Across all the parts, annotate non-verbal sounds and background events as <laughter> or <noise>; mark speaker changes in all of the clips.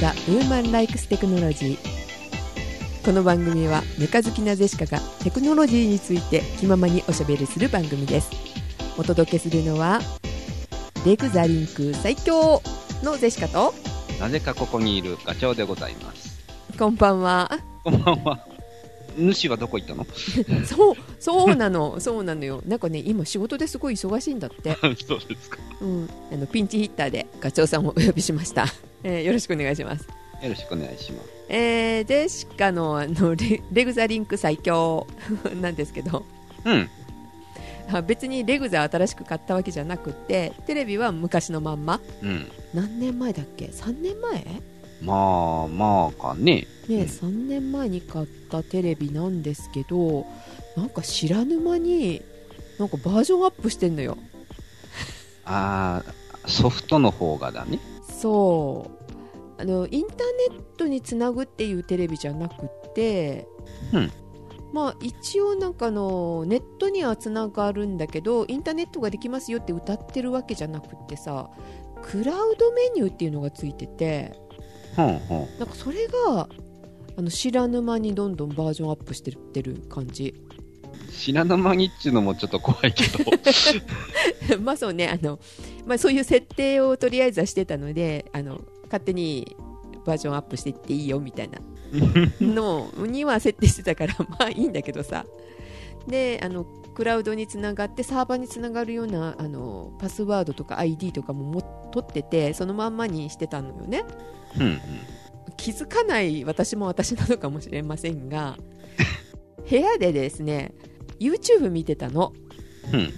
Speaker 1: ザ・ウーマン・ライクス・テクノロジーこの番組はメカ好きなゼシカがテクノロジーについて気ままにおしゃべりする番組ですお届けするのはデクザリンク最強のゼシカと
Speaker 2: なぜかここにいるガチョウでございます。
Speaker 1: こんばんは
Speaker 2: こんばんは。主はどこ行ったの
Speaker 1: そうそうなの <laughs> そうなのよなんかね今仕事ですごい忙しいんだって、
Speaker 2: そうですか。
Speaker 1: うん、あのピンチヒッターでガチョウさんをお呼びしました、 <laughs> えーよろしくお願いします
Speaker 2: よろしくお願いします。
Speaker 1: えー、デシカのあのレレグザリンク最強なんですけど
Speaker 2: うん。
Speaker 1: あ別にレグザ新しく買ったわけじゃなくてテレビは昔のまんま
Speaker 2: うん。
Speaker 1: 何年前だっけ3年前ね
Speaker 2: まあまあかね。
Speaker 1: え、
Speaker 2: うん
Speaker 1: 3年前に買ったテレビなんですけどなんか知らぬ間になんかバージョンアップしてんのよ
Speaker 2: ああ、ソフトの方がだね。
Speaker 1: そうあのインターネットにつなぐっていうテレビじゃなくて、
Speaker 2: うん
Speaker 1: まあ一応なんかあのネットにはつながるんだけどインターネットができますよって歌ってるわけじゃなくってさクラウドメニューっていうのがついてて
Speaker 2: ほんほん。
Speaker 1: なんかそれがあの知らぬ間にどんどんバージョンアップしてってる感じ
Speaker 2: 知らぬ間にっちゅうのもちょっと怖いけど。
Speaker 1: <laughs> まあそうねあの、まあ、そういう設定をとりあえずはしてたのであの勝手にバージョンアップしていっていいよみたいなのには設定してたから <laughs> まあいいんだけどさであのクラウドにつながってサーバーにつながるようなあのパスワードとか ID とかもも取っててそのまんまにしてたのよね
Speaker 2: <laughs> うんうん。
Speaker 1: 気づかない私も私なのかもしれませんが部屋でですね YouTube 見てたの
Speaker 2: うんうん。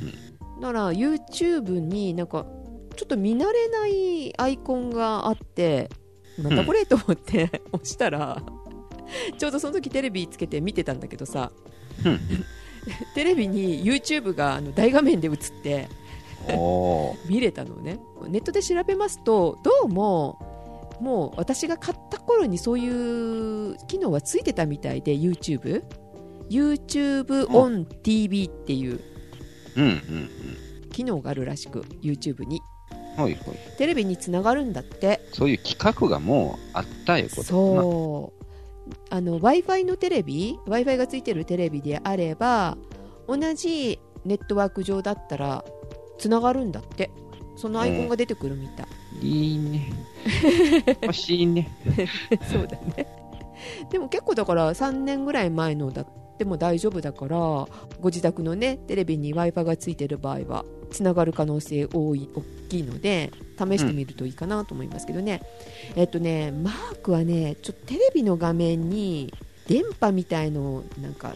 Speaker 1: なら YouTube になんかちょっと見慣れないアイコンがあってなんだこれ、と思って <laughs> 押したらちょうどその時テレビつけて見てたんだけどさ
Speaker 2: うん
Speaker 1: テレビに YouTube があの大画面で映って
Speaker 2: うん。おー。
Speaker 1: 見れたのねネットで調べますとどうももう私が買った頃にそういう機能はついてたみたいで YouTube YouTube on TV っていう
Speaker 2: うんうん
Speaker 1: 機能があるらしく YouTube に
Speaker 2: うん。ほいほい。
Speaker 1: テレビにつながるんだって
Speaker 2: そういう企画がもうあったいうことだな
Speaker 1: そうあの w i f i のテレビ w i f i がついてるテレビであれば同じネットワーク上だったらつながるんだってそのアイコンが出てくるみたい、
Speaker 2: いいね。欲しいね。
Speaker 1: そうだねでも結構だから3年ぐらい前のだっても大丈夫だからご自宅のねテレビに w i f i がついてる場合はつながる可能性多い大きいので試してみるといいかなと思いますけどね、えっとねマークはねちょっとテレビの画面に電波みたいのなんか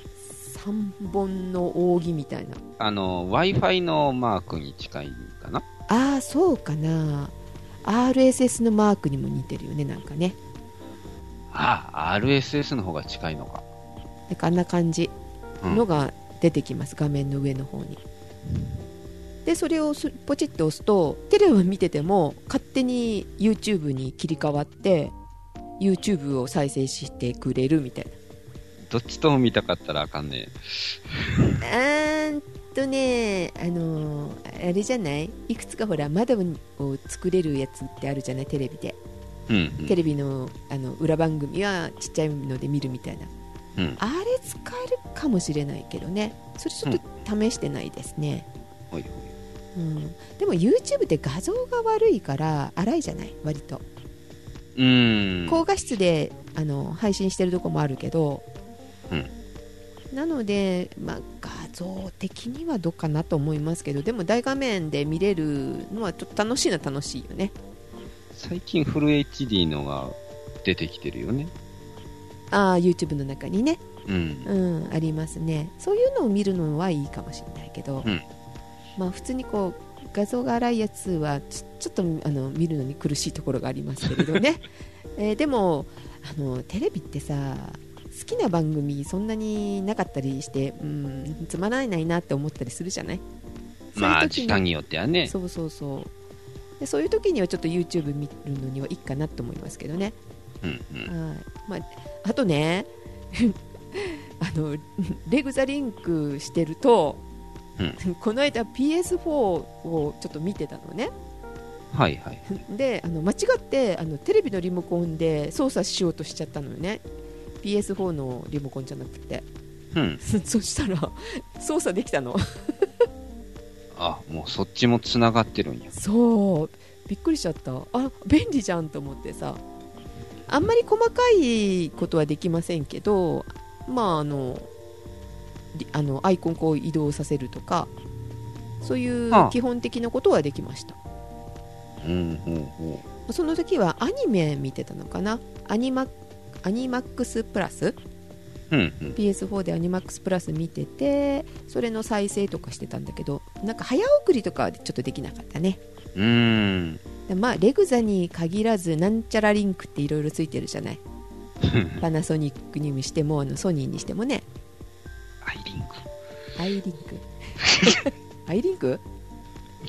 Speaker 1: 3本の扇みたいな
Speaker 2: あの、Wi-Fi のマークに近いかな。
Speaker 1: ああそうかな RSS のマークにも似てるよねなんかね
Speaker 2: あ、RSS の方が近いのか。
Speaker 1: なんかあんな感じのが出てきます、画面の上の方にでそれをすポチッと押すとテレビを見てても勝手に YouTube に切り替わって YouTube を再生してくれるみたいな
Speaker 2: どっちとも見たかったらあかんね
Speaker 1: あーんとねあのーあれじゃないいくつかほら窓を作れるやつってあるじゃないテレビで、
Speaker 2: え。うん、
Speaker 1: テレビのあの裏番組はちっちゃいので見るみたいな
Speaker 2: うん。うん。
Speaker 1: あれ使えるかもしれないけどねそれちょっと試してないですね、
Speaker 2: ほいほ
Speaker 1: う
Speaker 2: い。
Speaker 1: ん、でも YouTube って画像が悪いから荒いじゃない割と
Speaker 2: うーん。
Speaker 1: 高画質であの配信してるとこもあるけど、
Speaker 2: うん
Speaker 1: なので、まあ、画像的にはどうかなと思いますけどでも大画面で見れるのはちょっと楽しいのは楽しいよね
Speaker 2: 最近フル HD のが出てきてるよね。
Speaker 1: ああ YouTube の中にね、
Speaker 2: うん。
Speaker 1: うん、ありますねそういうのを見るのはいいかもしれないけど、
Speaker 2: うん
Speaker 1: まあ普通にこう画像が荒いやつはちょちょっとあの見るのに苦しいところがありますけれど
Speaker 2: <laughs>
Speaker 1: ね、えーでもあのテレビってさ好きな番組そんなになかったりしてうんつまらないなって思ったりするじゃない
Speaker 2: ま
Speaker 1: そうい
Speaker 2: あ、
Speaker 1: う時
Speaker 2: 時
Speaker 1: に
Speaker 2: 間によってはね。
Speaker 1: そうそうそうでそういう時にはちょっと YouTube 見るのにはいいかなと思いますけどね
Speaker 2: うんうん。
Speaker 1: はいまあ、あとね <laughs> あのレグザリンクしてると、この間 PS4 をちょっと見てたのね
Speaker 2: はいはい。
Speaker 1: であの間違ってあのテレビのリモコンで操作しようとしちゃったのよね PS4 のリモコンじゃなくて <laughs>
Speaker 2: うん。
Speaker 1: そしたら操作できたの
Speaker 2: あ、もうそっちも繋がってるんや。
Speaker 1: そうびっくりしちゃったあ便利じゃんと思ってさあんまり細かいことはできませんけどまああのりあのアイコンこう移動させるとかそういう
Speaker 2: ああ
Speaker 1: 基本的なことはできました
Speaker 2: うん、うん、うん。
Speaker 1: その時はアニメ見てたのかなアニマアニマックスプラス
Speaker 2: うん、うん。
Speaker 1: PS4 でアニマックスプラス見ててそれの再生とかしてたんだけどなんか早送りとかはちょっとできなかったね
Speaker 2: うーん。
Speaker 1: でまあレグザに限らずなんちゃらリンクっていろいろついてるじゃないパナソニックにしてもあのソニーにしてもね
Speaker 2: アイリンク。
Speaker 1: アイリンクアイリンク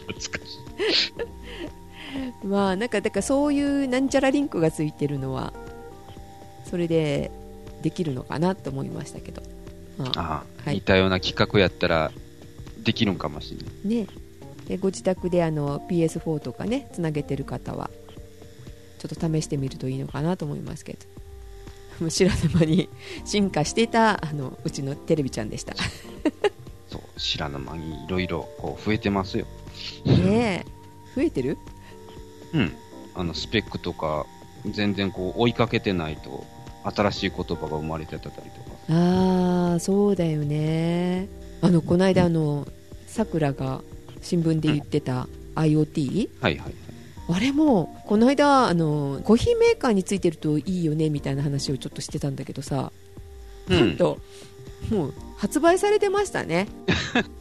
Speaker 2: 懐かしい。
Speaker 1: まあなんかだからそういうなんちゃらリンクがついてるのはそれでできるのかなと思いましたけど、まあ、
Speaker 2: ああ、
Speaker 1: はい
Speaker 2: 似たような企画やったら、できるんかもしれない。
Speaker 1: ねでご自宅であの PS4 とかねつなげてる方はちょっと試してみるといいのかなと思いますけど <laughs> もう知らぬ間に進化していたあのうちのテレビちゃんでした
Speaker 2: そう、知らぬ間にいろいろ、こう、増えてますよ。
Speaker 1: ねえ増えてる
Speaker 2: うん。あの、スペックとか、全然こう、追いかけてないと、新しい言葉が生まれてたりとか。
Speaker 1: ああそうだよねあのこの間あのさくらが新聞で言ってた IoT
Speaker 2: はいはいはい。
Speaker 1: あれもこの間あのコーヒーメーカーについてるといいよねみたいな話をちょっとしてたんだけどさ
Speaker 2: う
Speaker 1: なん
Speaker 2: ん。
Speaker 1: と、もう発売されてました
Speaker 2: <laughs>
Speaker 1: ね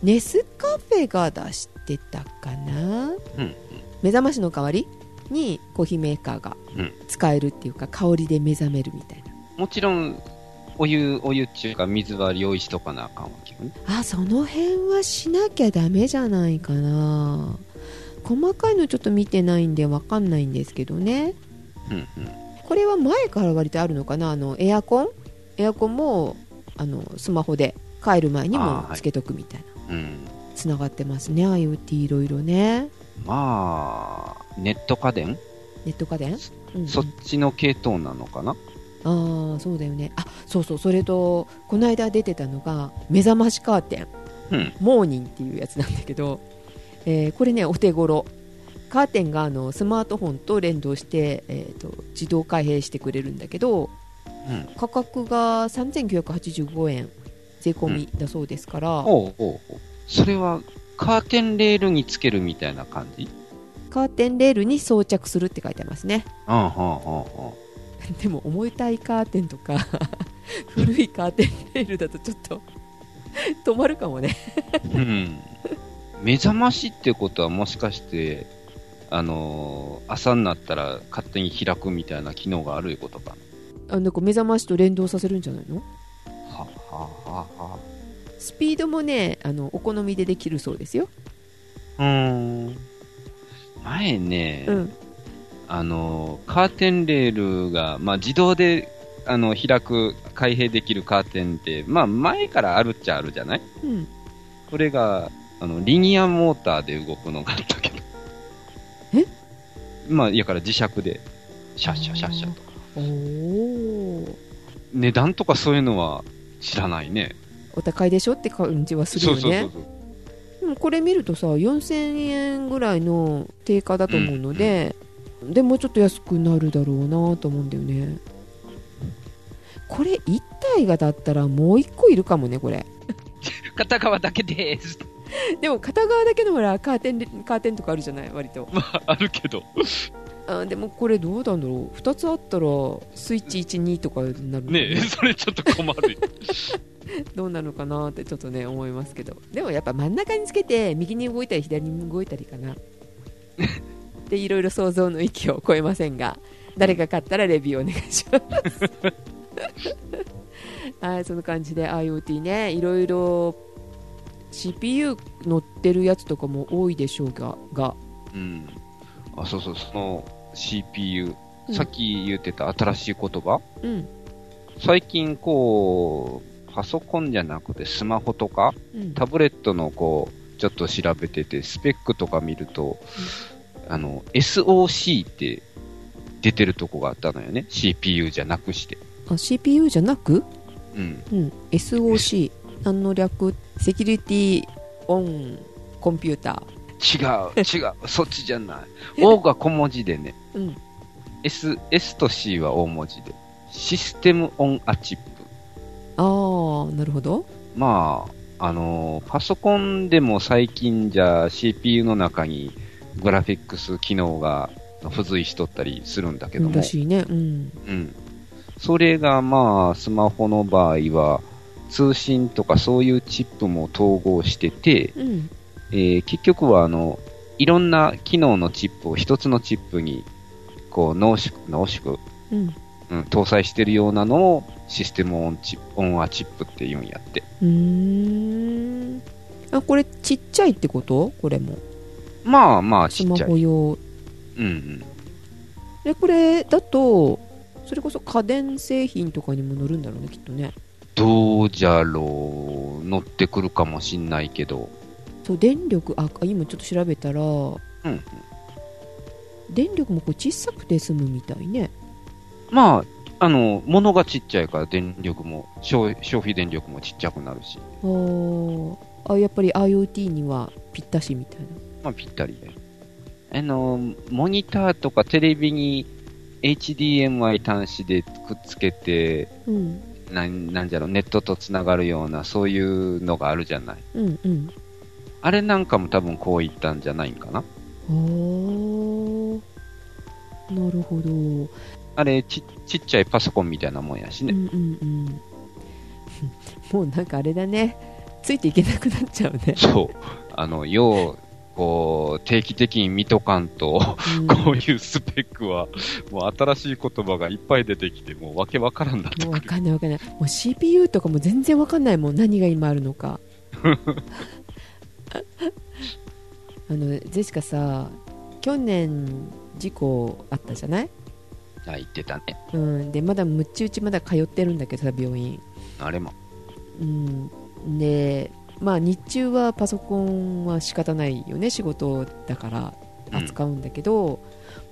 Speaker 1: ネスカフェが出してたかな
Speaker 2: うん。
Speaker 1: 目覚ましの代わりにコーヒーメーカーが
Speaker 2: うん
Speaker 1: 使えるっていうか香りで目覚めるみたいな
Speaker 2: もちろん、お湯、お湯っていうか、水は用意しとかなあかんわけよね。
Speaker 1: あその辺はしなきゃダメじゃないかな細かいのちょっと見てないんでわかんないんですけどね
Speaker 2: うん、うん。
Speaker 1: これは前から割とあるのかなあのエアコンエアコンもあのスマホで帰る前に
Speaker 2: あ
Speaker 1: も
Speaker 2: ーはい
Speaker 1: つけとくみたいな
Speaker 2: うん、
Speaker 1: つながってますね IoT いろいろね
Speaker 2: まあ、ネット家電、
Speaker 1: ネット家電、うんうん
Speaker 2: そっちの系統なのかな、
Speaker 1: ああそうだよねあそうそうそれとこの間出てたのが目覚ましカーテン
Speaker 2: うん、
Speaker 1: モーニンっていうやつなんだけど、えーこれねお手頃カーテンがあのスマートフォンと連動して、えー、と自動開閉してくれるんだけど
Speaker 2: うん。
Speaker 1: 価格が3985円税込みだそうですから、
Speaker 2: おうおうおうそれは、カーテンレールにつけるみたいな感じ
Speaker 1: カーテンレールに装着するって書いてますね <laughs>
Speaker 2: ああ、はあ、は
Speaker 1: でも重たいカーテンとか <laughs> 古いカーテンレールだとちょっと <laughs> 止まるかもね
Speaker 2: あ、うん。目覚ましってことはもしかして、あのー朝になったら勝手に開くみたいな機能があるいうことか
Speaker 1: あなんか目覚ましと連動させるんじゃないの
Speaker 2: な。はあ、はあ、は
Speaker 1: スピードもねあのお好みでできるそうですよ、
Speaker 2: あ、はあ。うーん。前ね、
Speaker 1: うん、
Speaker 2: あの、カーテンレールが、まあ、自動で、あの、開く、開閉できるカーテンって、まあ、前からあるっちゃあるじゃない
Speaker 1: うん、
Speaker 2: それが、あの、リニアモーターで動くのがあったけど。
Speaker 1: え
Speaker 2: まあ、いやから磁石で、シャッシャッシャッシャッと。
Speaker 1: おお
Speaker 2: 値段とかそういうのは知らないね。
Speaker 1: お高いでしょって感じはするよ
Speaker 2: そ
Speaker 1: ね
Speaker 2: うそうそうそう。
Speaker 1: でもこれ見るとさ4000円ぐらいの定価だと思うので、でもうちょっと安くなるだろうなと思うんだよねこれ1体がだったらもう1個いるかもねこれ
Speaker 2: 片側だけです。
Speaker 1: でも片側だけのほらカーテンレカーテンとかあるじゃない割と
Speaker 2: あるけど。
Speaker 1: あでもこれどうなんだろう2つあったらスイッチ12とかになるのかな
Speaker 2: ね
Speaker 1: <laughs>
Speaker 2: え、それちょっと困る。
Speaker 1: どうなのかなってちょっとね思いますけどでもやっぱ真ん中につけて右に動いたり左に動いたりかなでいろいろ想像の域を超えませんが誰か買ったらレビューお願いしますはいその感じで IoT ねいろいろ CPU 乗ってるやつとかも多いでしょうがが
Speaker 2: うん。あ、そうそう、その CPU、
Speaker 1: うん
Speaker 2: さっき言ってた新しい言葉、
Speaker 1: うん
Speaker 2: 最近こう、パソコンじゃなくてスマホとか、
Speaker 1: うん
Speaker 2: タブレットのこう、ちょっと調べてて、スペックとか見ると、あの、SOC って出てるとこがあったのよね。CPU じゃなくして。
Speaker 1: あ CPU じゃなく、
Speaker 2: うん。
Speaker 1: うん、SOC 何の略セキュリティオンコンピュータ
Speaker 2: 違
Speaker 1: <laughs>
Speaker 2: う、違う、そっちじゃない。O が小文字でね。
Speaker 1: ー、うん、
Speaker 2: S、S と C は大文字で。システムオンアチップ。
Speaker 1: ああなるほど
Speaker 2: まあ、あのーパソコンでも最近じゃ CPU の中にグラフィックス機能が付随しとったりするんだけども
Speaker 1: ら、しいねうん
Speaker 2: うん、それがまあスマホの場合は通信とかそういうチップも統合してて、
Speaker 1: うん
Speaker 2: えー結局はあのいろんな機能のチップを一つのチップにこう濃縮濃縮、
Speaker 1: うん
Speaker 2: うん、搭載してるようなのをシステムオンチップオンアチップっていうんやって
Speaker 1: うーんあこれちっちゃいってことこれも
Speaker 2: まあまあ
Speaker 1: ス
Speaker 2: ちっ
Speaker 1: マ
Speaker 2: ちゃい
Speaker 1: ホ用
Speaker 2: うんうん
Speaker 1: でこれだとそれこそ家電製品とかにも乗るんだろうねきっとね
Speaker 2: どうじゃろう乗ってくるかもしんないけど、
Speaker 1: そう電力ああ今ちょっと調べたら、
Speaker 2: ん
Speaker 1: 電力もこう小さくて済むみたいね
Speaker 2: まあ、あの、物がちっちゃいから電力も、消消費電力もちっちゃくなるし、
Speaker 1: あーあやっぱり IoT にはぴったしみたいな
Speaker 2: まあぴったりだよ。あの、モニターとかテレビに HDMI 端子でくっつけて、
Speaker 1: うん
Speaker 2: なんなんじゃろう、ネットとつながるような、そういうのがあるじゃない。
Speaker 1: うんうん
Speaker 2: あれなんかも多分こういったんじゃないんかな。
Speaker 1: あーなるほど、
Speaker 2: あれち、ちっちゃいパソコンみたいなもんやし
Speaker 1: うんう
Speaker 2: ね。、
Speaker 1: んうん <laughs> もうなんかあれだねついていけなくなっちゃうね
Speaker 2: そう。あの、よう、こう、定期的に見とかんと、 <laughs>
Speaker 1: うん
Speaker 2: こういうスペックは、もう新しい言葉がいっぱい出てきて、もうわけわからんなって
Speaker 1: もう
Speaker 2: く
Speaker 1: 分
Speaker 2: る。
Speaker 1: かんない分かんないもう CPU とかも全然分かんないもん何が今あるのか <laughs> あのジェシカさ去年事故あったじゃない、
Speaker 2: あ、言ってたね。
Speaker 1: うん、でまだむっち打ちまだ通ってるんだけどさ病院、
Speaker 2: あれも。
Speaker 1: うん、でまあ日中はパソコンは仕方ないよね仕事だから扱うんだけど、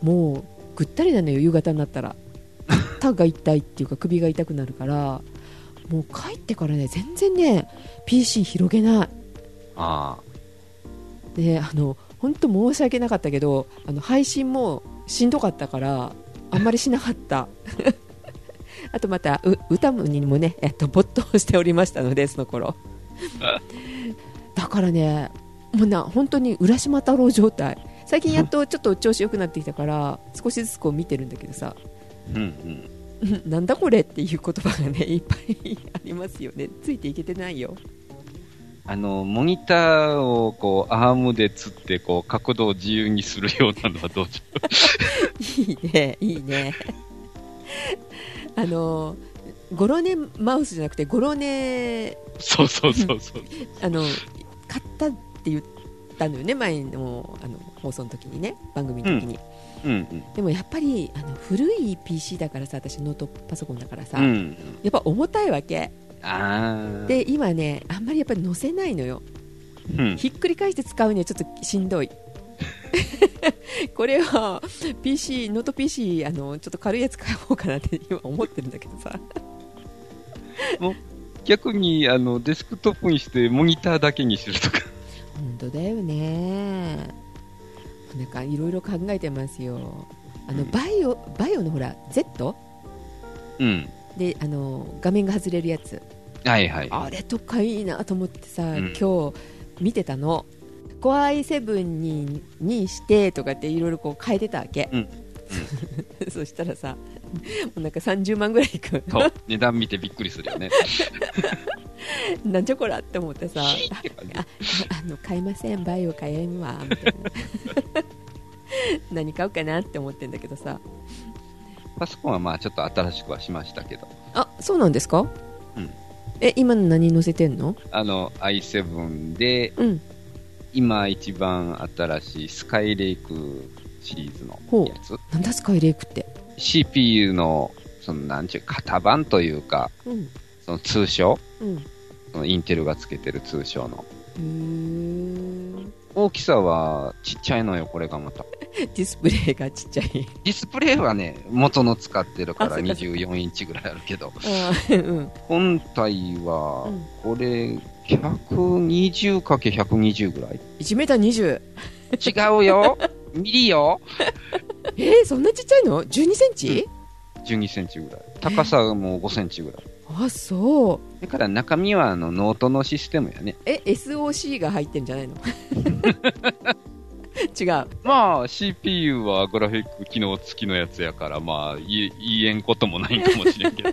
Speaker 1: もうぐったりなのよ夕方になった <laughs> ら肩が痛いっていうか首が痛くなるからもう帰ってからね全然ね PC 広げない
Speaker 2: ああ、
Speaker 1: であの本当申し訳なかったけどあの配信もしんどかったからあんまりしなかった <laughs> あとまたう歌にもね、えっと、没頭しておりましたのでその頃だからねもうな本当に浦島太郎状態最近やっとちょっと調子良くなってきたから少しずつこう見てるんだけどさ <laughs>
Speaker 2: うんうん。
Speaker 1: うんなんだこれっていう言葉がねいっぱいありますよねついていけてないよ
Speaker 2: あの、モニターをこう、アームでつって、こう、角度を自由にするようなのはどうじゃ。
Speaker 1: いいね、いいね。あの、ゴロネマウスじゃなくて、ゴロネ、
Speaker 2: そうそうそうそう。
Speaker 1: あの、買ったって言ったのよね、前のあの放送の時にね、番組の時に。
Speaker 2: うん
Speaker 1: <laughs>
Speaker 2: うん。
Speaker 1: でもやっぱりあの、古い PC だからさ、私、ノートパソコンだからさ、
Speaker 2: うんう
Speaker 1: や
Speaker 2: ん。
Speaker 1: っぱ重たいわけ。
Speaker 2: ああ。、
Speaker 1: で、今ね、あんまりやっぱり載せないのよ。
Speaker 2: うん。
Speaker 1: ひっくり返して使うにはちょっとしんどい <laughs> これは PC ノート PC あのちょっと軽いやつ買おうかなって今思ってるんだけどさ
Speaker 2: 逆に、あの、デスクトップにして、モニターだけにするとか。
Speaker 1: 本当だよねなんかいろいろ考えてますよあの
Speaker 2: うん
Speaker 1: バイオバイオのほら Z
Speaker 2: うん。
Speaker 1: であの画面が外れるやつ
Speaker 2: はいはい。
Speaker 1: あれとかいいなと思ってさ、
Speaker 2: うん
Speaker 1: 今日見てたの Core i7 ににしてとかっていろいろこう変えてたわけ、
Speaker 2: うん
Speaker 1: <laughs> そしたらさもうなんか30万ぐらいいく
Speaker 2: そう。値段見てびっくりす
Speaker 1: <laughs>
Speaker 2: るよね。
Speaker 1: なんじゃこらって思ってさ
Speaker 2: ヒーって感じ
Speaker 1: ああの買いませんバイオ買えんわみたいな <laughs> 何買おうかなって思ってんだけどさ
Speaker 2: <laughs> パソコンはまあちょっと新しくはしましたけど、
Speaker 1: あそうなんですか、
Speaker 2: うん
Speaker 1: え今の何載せてんの
Speaker 2: あの i7 で
Speaker 1: うん
Speaker 2: 今一番新しいスカイレイクシリーズの
Speaker 1: ほう
Speaker 2: やつ、
Speaker 1: なんだスカイレイクって
Speaker 2: CPU のそのなんちゅう型番というか、
Speaker 1: うん
Speaker 2: その通称、
Speaker 1: うん
Speaker 2: そのインテルがつけてる通称の。
Speaker 1: へー
Speaker 2: 大きさはちっちゃいのよ、これがまた。
Speaker 1: ディスプレイがちっちゃい。
Speaker 2: ディスプレイはね、元の使ってるか
Speaker 1: あ
Speaker 2: ら
Speaker 1: そっかそっか
Speaker 2: 24インチぐらいあるけど、
Speaker 1: あー <laughs> うん、
Speaker 2: 本体は
Speaker 1: うん、
Speaker 2: これ、120×120 ぐらい
Speaker 1: 1メーター20。
Speaker 2: 違う
Speaker 1: <laughs>
Speaker 2: よミリよ
Speaker 1: えー、そんなちっちゃいの ?12 センチ、
Speaker 2: !12 センチぐらい。高さも5センチぐらい。
Speaker 1: あ、そう。
Speaker 2: だから中身はあのノートのシステムやね。
Speaker 1: え、SOC が入ってんじゃ <laughs> ないの違う。
Speaker 2: まあ、CPU はグラフィック機能付きのやつやから、まあ、言え言えんこともないかもしれんけ <laughs> ど。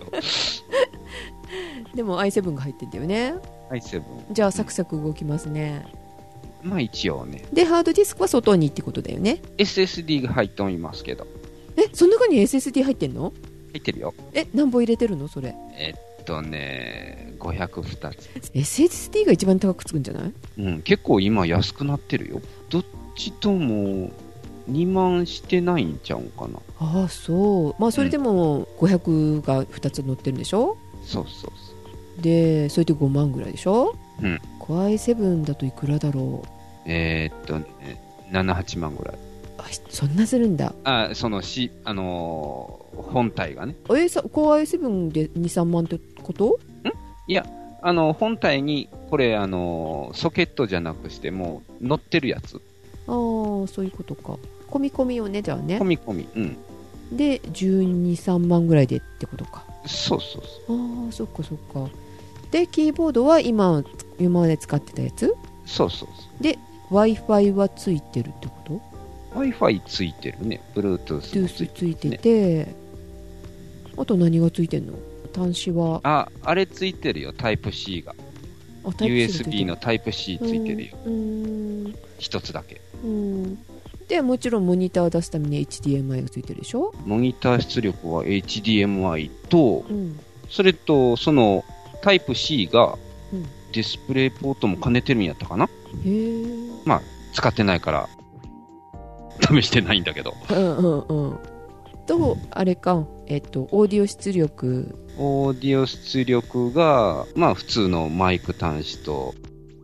Speaker 1: でも i7 が入ってんだよね。
Speaker 2: i7。
Speaker 1: じゃあサクサク動きますね。
Speaker 2: まあ一応ね。
Speaker 1: で、ハードディスクは外にってことだよね。
Speaker 2: SSD が入っておりますけど。
Speaker 1: え、その中に SSD 入ってんの
Speaker 2: 入ってるよ。
Speaker 1: え、何本入れてるのそれ。
Speaker 2: えっとね、502つ。
Speaker 1: SSD が一番高くつくんじゃない
Speaker 2: うん、結構今安くなってるよ。どっちとも2万してないんちゃうんかな。
Speaker 1: ああ、そう。まあ、それでも500が2つ乗ってるんでしょ
Speaker 2: そうそうそ
Speaker 1: で、それで5万ぐらいでしょ
Speaker 2: うん。
Speaker 1: Core i7 だといくらだろう
Speaker 2: う。えーっとね、7、8万ぐらい。
Speaker 1: あ、しそんなするんだ。
Speaker 2: あ、そのし、あのー本体がね。
Speaker 1: え、さ Core i7 で2、3万ってこと
Speaker 2: あの、本体に、これ、あのーソケットじゃなくして、もう、乗ってるやつ。
Speaker 1: ああ、そういうことか。込み込みをね、じゃあね
Speaker 2: 込。み込み。うん。
Speaker 1: で、12、3万ぐらいでってことか。
Speaker 2: そうそうそう。
Speaker 1: ああ、そっかそっか。で、キーボードは今、今まで使ってたやつ
Speaker 2: そうそうそ
Speaker 1: ?Wi-Fi はついてるってこと
Speaker 2: う。Wi-Fi ついてるね。Bluetooth もつい
Speaker 1: ?Tooth
Speaker 2: て
Speaker 1: ついてて、あと何がついてんの端子は、
Speaker 2: あ、あれついてるよ。Type-C が。
Speaker 1: あ、タイプ C がついて
Speaker 2: USB
Speaker 1: る
Speaker 2: の Type-C ついてるよ。
Speaker 1: うーん。
Speaker 2: 一つだけ。
Speaker 1: うん。で、もちろんモニターを出すために HDMI がついてるでしょ
Speaker 2: モニター出力は HDMI と、
Speaker 1: うん。
Speaker 2: それと、その、タイプ C が
Speaker 1: うん、
Speaker 2: ディスプレイポートも兼ねてるんやったかな
Speaker 1: へえ。
Speaker 2: 使ってないから、試してないんだけど。
Speaker 1: うんうんうん。と、あれか、えっと、オーディオ出力。
Speaker 2: オーディオ出力が、まあ普通のマイク端子と、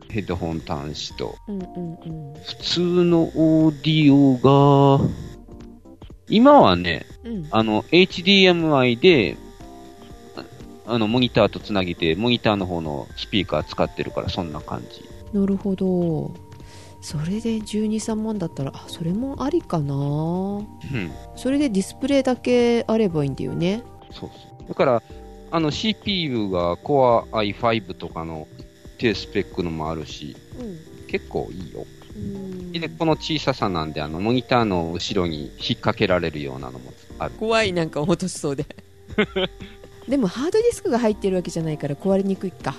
Speaker 2: ヘッドホン端子と、
Speaker 1: うんうんうん。
Speaker 2: 普通のオーディオが、今はね、
Speaker 1: うん。
Speaker 2: あの、HDMI で、ああの、モニターとつなげて、モニターの方のスピーカー使ってるから、そんな感じ。
Speaker 1: なるほど。それで12、3万だったら、あ、それもありかな
Speaker 2: うん。
Speaker 1: それでディスプレイだけあればいいんだよね。
Speaker 2: そうそう。だから、あの CPU が Core i5 とかの低スペックのもあるし、
Speaker 1: うん。
Speaker 2: 結構いいよ。
Speaker 1: うん
Speaker 2: で、この小ささなんで、あの、モニターの後ろに引っ掛けられるようなのもある。
Speaker 1: 怖いなんか落とし <laughs> そうででもハードディスクが入ってるわけじゃないから壊れにくいか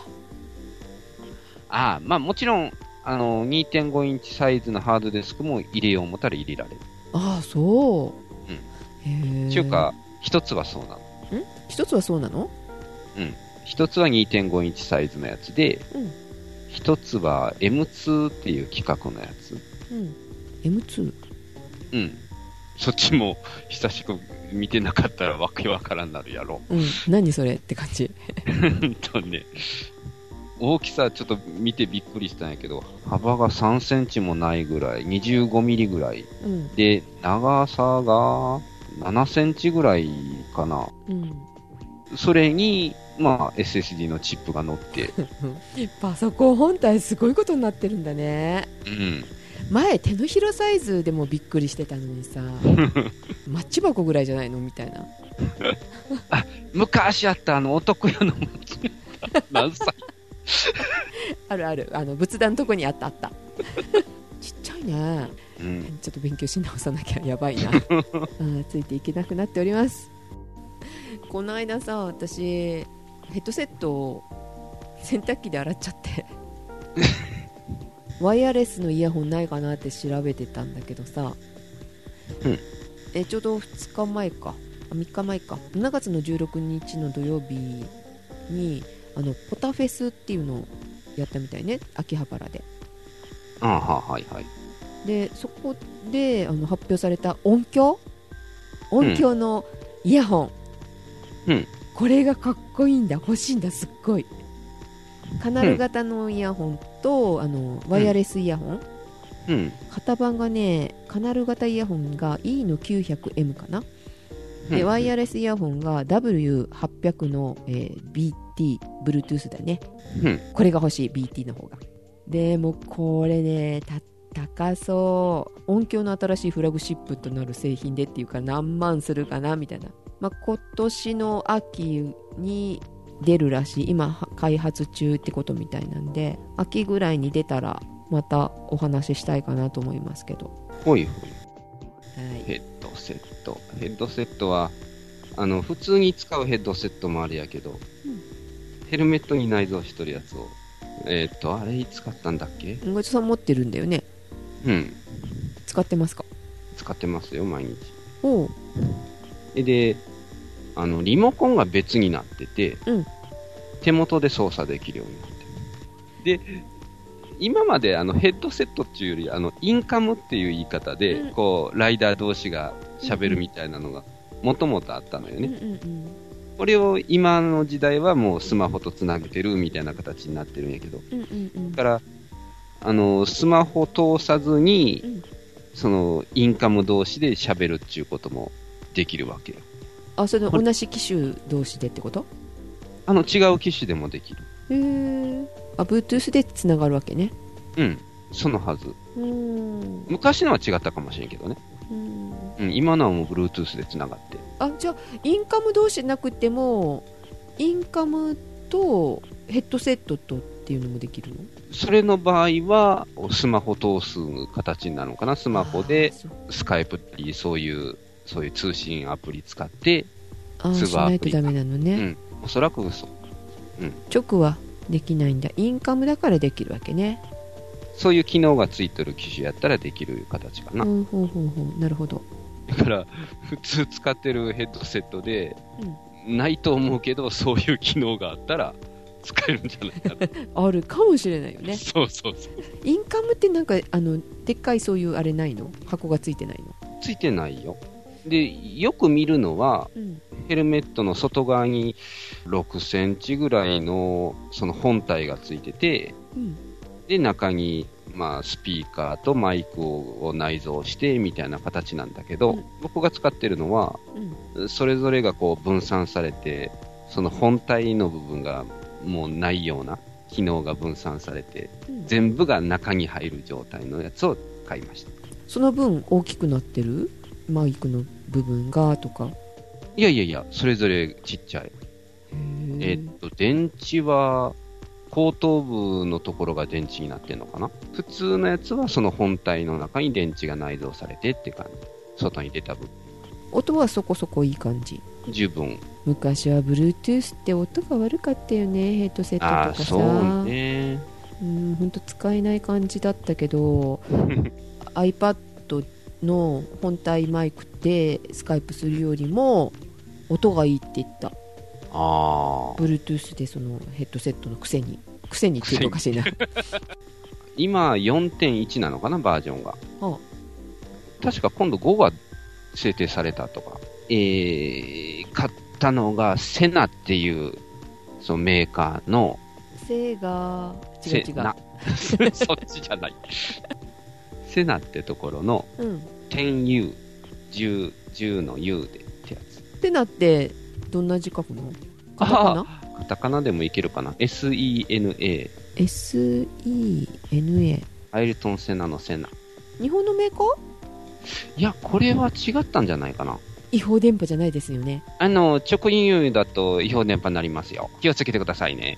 Speaker 2: ああ、まあもちろん、あの、2.5インチサイズのハードディスクも入れよう思ったら入れられる。
Speaker 1: ああそう、
Speaker 2: うん
Speaker 1: へえ
Speaker 2: ちゅうか、一つはそうなの。
Speaker 1: 一つはそうなの
Speaker 2: 一つは2.5インチサイズのやつで
Speaker 1: うん、
Speaker 2: 一つは M2 っていう規格のやつ。
Speaker 1: うん M2
Speaker 2: うん。そっちも久しく見てなかったらわけわからんなるやろ。
Speaker 1: うん何それって感じ
Speaker 2: うんとね、大きさちょっと見てびっくりしたんやけど、幅が3センチもないぐらい、25ミリぐらい。
Speaker 1: うん
Speaker 2: で、長さが7センチぐらいかな。
Speaker 1: うん
Speaker 2: それに、まあ、SSD のチップが乗って、
Speaker 1: パソコン本体すごいことになってるんだね
Speaker 2: うん。
Speaker 1: 前手のひらサイズでもびっくりしてたのに
Speaker 2: <laughs>
Speaker 1: さマッチ箱ぐらいじゃないのみたいな
Speaker 2: 昔あったあの、お得屋の持ち
Speaker 1: <laughs>
Speaker 2: 方何歳
Speaker 1: あるあるあの仏壇のとこにあったあった <laughs> ちっちゃいね
Speaker 2: うん。
Speaker 1: ちょっと勉強し直さなきゃやば
Speaker 2: <laughs>
Speaker 1: いなあーついていけなくなっておりますこの間さ私ヘッドセットを洗濯機で洗っちゃって
Speaker 2: <laughs>
Speaker 1: ワイヤレスのイヤホンないかなって調べてたんだけどさ、
Speaker 2: うん
Speaker 1: えちょうど2日前かあ3日前か7月の16日の土曜日にあのポタフェスっていうのをやったみたいね秋葉原で
Speaker 2: ああ、ははいはい。
Speaker 1: でそこであの発表された音響音響のイヤホン、
Speaker 2: うん
Speaker 1: これがかっこいいんだ欲しいんだすっごいカナル型のイヤホンと、あのワイヤレスイヤホン
Speaker 2: うん。
Speaker 1: 型番がねカナル型イヤホンが E の 900M かな
Speaker 2: う
Speaker 1: で
Speaker 2: ん
Speaker 1: ワイヤレスイヤホンが W800 の、えー BT Bluetooth だね
Speaker 2: うん。
Speaker 1: これが欲しい BT の方がでもこれねた高そう音響の新しいフラグシップとなる製品でっていうか何万するかなみたいな、まあ、今年の秋に出るらしい今は開発中ってことみたいなんで秋ぐらいに出たらまたお話ししたいかなと思いますけど、
Speaker 2: ほいほい。
Speaker 1: はい、
Speaker 2: ヘッドセット。ヘッドセットは、あの、普通に使うヘッドセットもあれやけど、ヘルメットに内蔵しとるやつを、えーっと、あれいつ買ったんだっけ
Speaker 1: ごちさん持ってるんだよね
Speaker 2: うん。
Speaker 1: 使ってますか
Speaker 2: 使ってますよ、毎日。
Speaker 1: おう
Speaker 2: えで、あの、リモコンが別になってて、
Speaker 1: うん
Speaker 2: 手元で操作できるようになってる。で、今まであのヘッドセットっていうより、あの、インカムっていう言い方で、
Speaker 1: うん
Speaker 2: こう、ライダー同士が喋るみたいなのが、もともとあったのよ
Speaker 1: うん
Speaker 2: ね。
Speaker 1: うんうん
Speaker 2: これを今の時代はもうスマホとつなげてるみたいな形になってるんやけど、
Speaker 1: うんうんうん
Speaker 2: だから、あの、スマホ通さずに、
Speaker 1: うん
Speaker 2: その、インカム同士で喋るっていうこともできるわけよ。
Speaker 1: あそれ同じ機種同士でってこと
Speaker 2: あの、違う機種でもでき
Speaker 1: へ
Speaker 2: る。
Speaker 1: えあ Bluetooth でつながるわけね
Speaker 2: うん、そのはず。
Speaker 1: うーん
Speaker 2: 昔のは違ったかもしれんけどね。
Speaker 1: うん
Speaker 2: うん、今のはもう Bluetooth で繋がって。
Speaker 1: あじゃあインカム同士じゃなくてもインカムとヘッドセットとっていうのもできるの
Speaker 2: それの場合は、スマホ通す形なのかな。スマホで
Speaker 1: あ、そう
Speaker 2: Skype っていうそういう、そういう通信アプリ使って、
Speaker 1: あー
Speaker 2: 通話
Speaker 1: しないとダメなのね、
Speaker 2: うんおそらくそ
Speaker 1: 直はできないんだインカムだからできるわけね
Speaker 2: そういう機能がついてる機種やったらできる形か
Speaker 1: う
Speaker 2: な。
Speaker 1: んほうほうほうなるほど
Speaker 2: だから、普通使ってるヘッドセットで、ないと思うけど、そういう機能があったら、使えるんじゃないかな。
Speaker 1: あるかもしれないよね
Speaker 2: そうそうそう。
Speaker 1: インカムってなんかあのでっかいそういうあれないの箱がついてないの
Speaker 2: ついてないよ。で、よく見るのは、
Speaker 1: うん
Speaker 2: ヘルメットの外側に6センチぐらいのその本体がついてて、
Speaker 1: うん
Speaker 2: で、中に、まあ、スピーカーとマイクを内蔵してみたいな形なんだけど、
Speaker 1: うん
Speaker 2: 僕が使ってるのは、
Speaker 1: うん
Speaker 2: それぞれがこう分散されて、その本体の部分がもうないような機能が分散されて、
Speaker 1: うん
Speaker 2: 全部が中に入る状態のやつを買いました。
Speaker 1: その分大きくなってるマイクの部分がとか
Speaker 2: いやいやいや、それぞれちっちゃい。えっと、電池は、後頭部のところが電池になってんのかな普通のやつはその本体の中に電池が内蔵されてって感じ。外に出た分、
Speaker 1: 音はそこそこいい感じ
Speaker 2: 十分。
Speaker 1: 昔は Bluetooth って音が悪かったよねヘッドセット
Speaker 2: ああ、
Speaker 1: とかさ
Speaker 2: そうね。
Speaker 1: うんほんと使えない感じだったけど
Speaker 2: <laughs>
Speaker 1: iPad の本体マイクでスカイプするよりも音がいいって言った
Speaker 2: ああ。
Speaker 1: Bluetooth でそのヘッドセットのくせにくせにっていうのおかしいな
Speaker 2: 今、4.1なのかなバージョンが。
Speaker 1: あ
Speaker 2: 確か今度5が制定されたとか。えー、買ったのが、セナっていう、そのメーカーの、
Speaker 1: せーが違う違
Speaker 2: セ
Speaker 1: う
Speaker 2: ナ <laughs> そっちじゃない。セナってところの、
Speaker 1: うん
Speaker 2: 10 U、10、10の U でってやつ。
Speaker 1: ってなってどんな字書くのカタカナ
Speaker 2: カタカナでもいけるかな ?SENA。
Speaker 1: ?SENA
Speaker 2: アイルトンセナのセナ。
Speaker 1: 日本のメーカー
Speaker 2: いや、これは違ったんじゃないかな。
Speaker 1: 違法電波じゃないですよ <laughs> ね
Speaker 2: あの、直輸入だと違法電波になりますよ。気をつけてくださ
Speaker 1: <laughs>
Speaker 2: いね。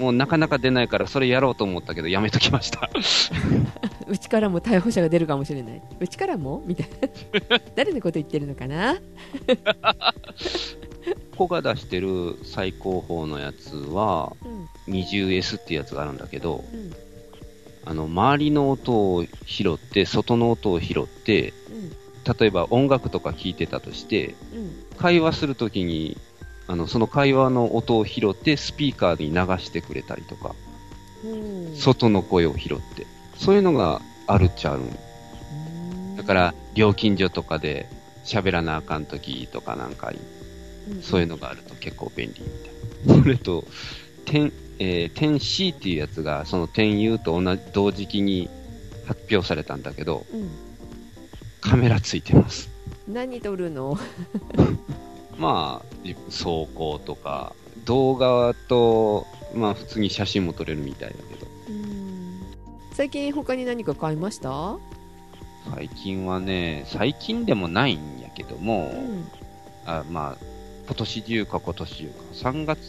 Speaker 2: もうなかなか出ないから、それやろうと思ったけど、やめときました。
Speaker 1: うちからも逮捕者が出るかもしれないうちからもみたい <laughs> な誰のこと言ってるのかな
Speaker 2: ここが出してる最高峰のやつは、
Speaker 1: うん
Speaker 2: 20S っていうやつがあるんだけど、
Speaker 1: うん
Speaker 2: あの、周りの音を拾って、外の音を拾って、
Speaker 1: うん
Speaker 2: 例えば音楽とか聞いてたとして、
Speaker 1: うん
Speaker 2: 会話するときに、あの、その会話の音を拾って、スピーカーに流してくれたりとか、
Speaker 1: うん
Speaker 2: 外の声を拾って、そういうのがあるっちゃあるんだから、料金所とかで喋らなあかんときとかなんか、そういう
Speaker 1: の
Speaker 2: のがあると結構便利みたいな。それと、点、えー、点 C っていうやつが、その点 U と同じ、同時期に発表されたんだけど、
Speaker 1: うん、
Speaker 2: カメラついてます。
Speaker 1: 何撮るの
Speaker 2: まあ、走行とか、動画と、まあ普通に写真も撮れるみたいだけど、
Speaker 1: うん最近他に何か買いました
Speaker 2: 最近はね、最近でもないんやけど
Speaker 1: う
Speaker 2: も、
Speaker 1: ん
Speaker 2: あまあ、今年中か今年中か、3月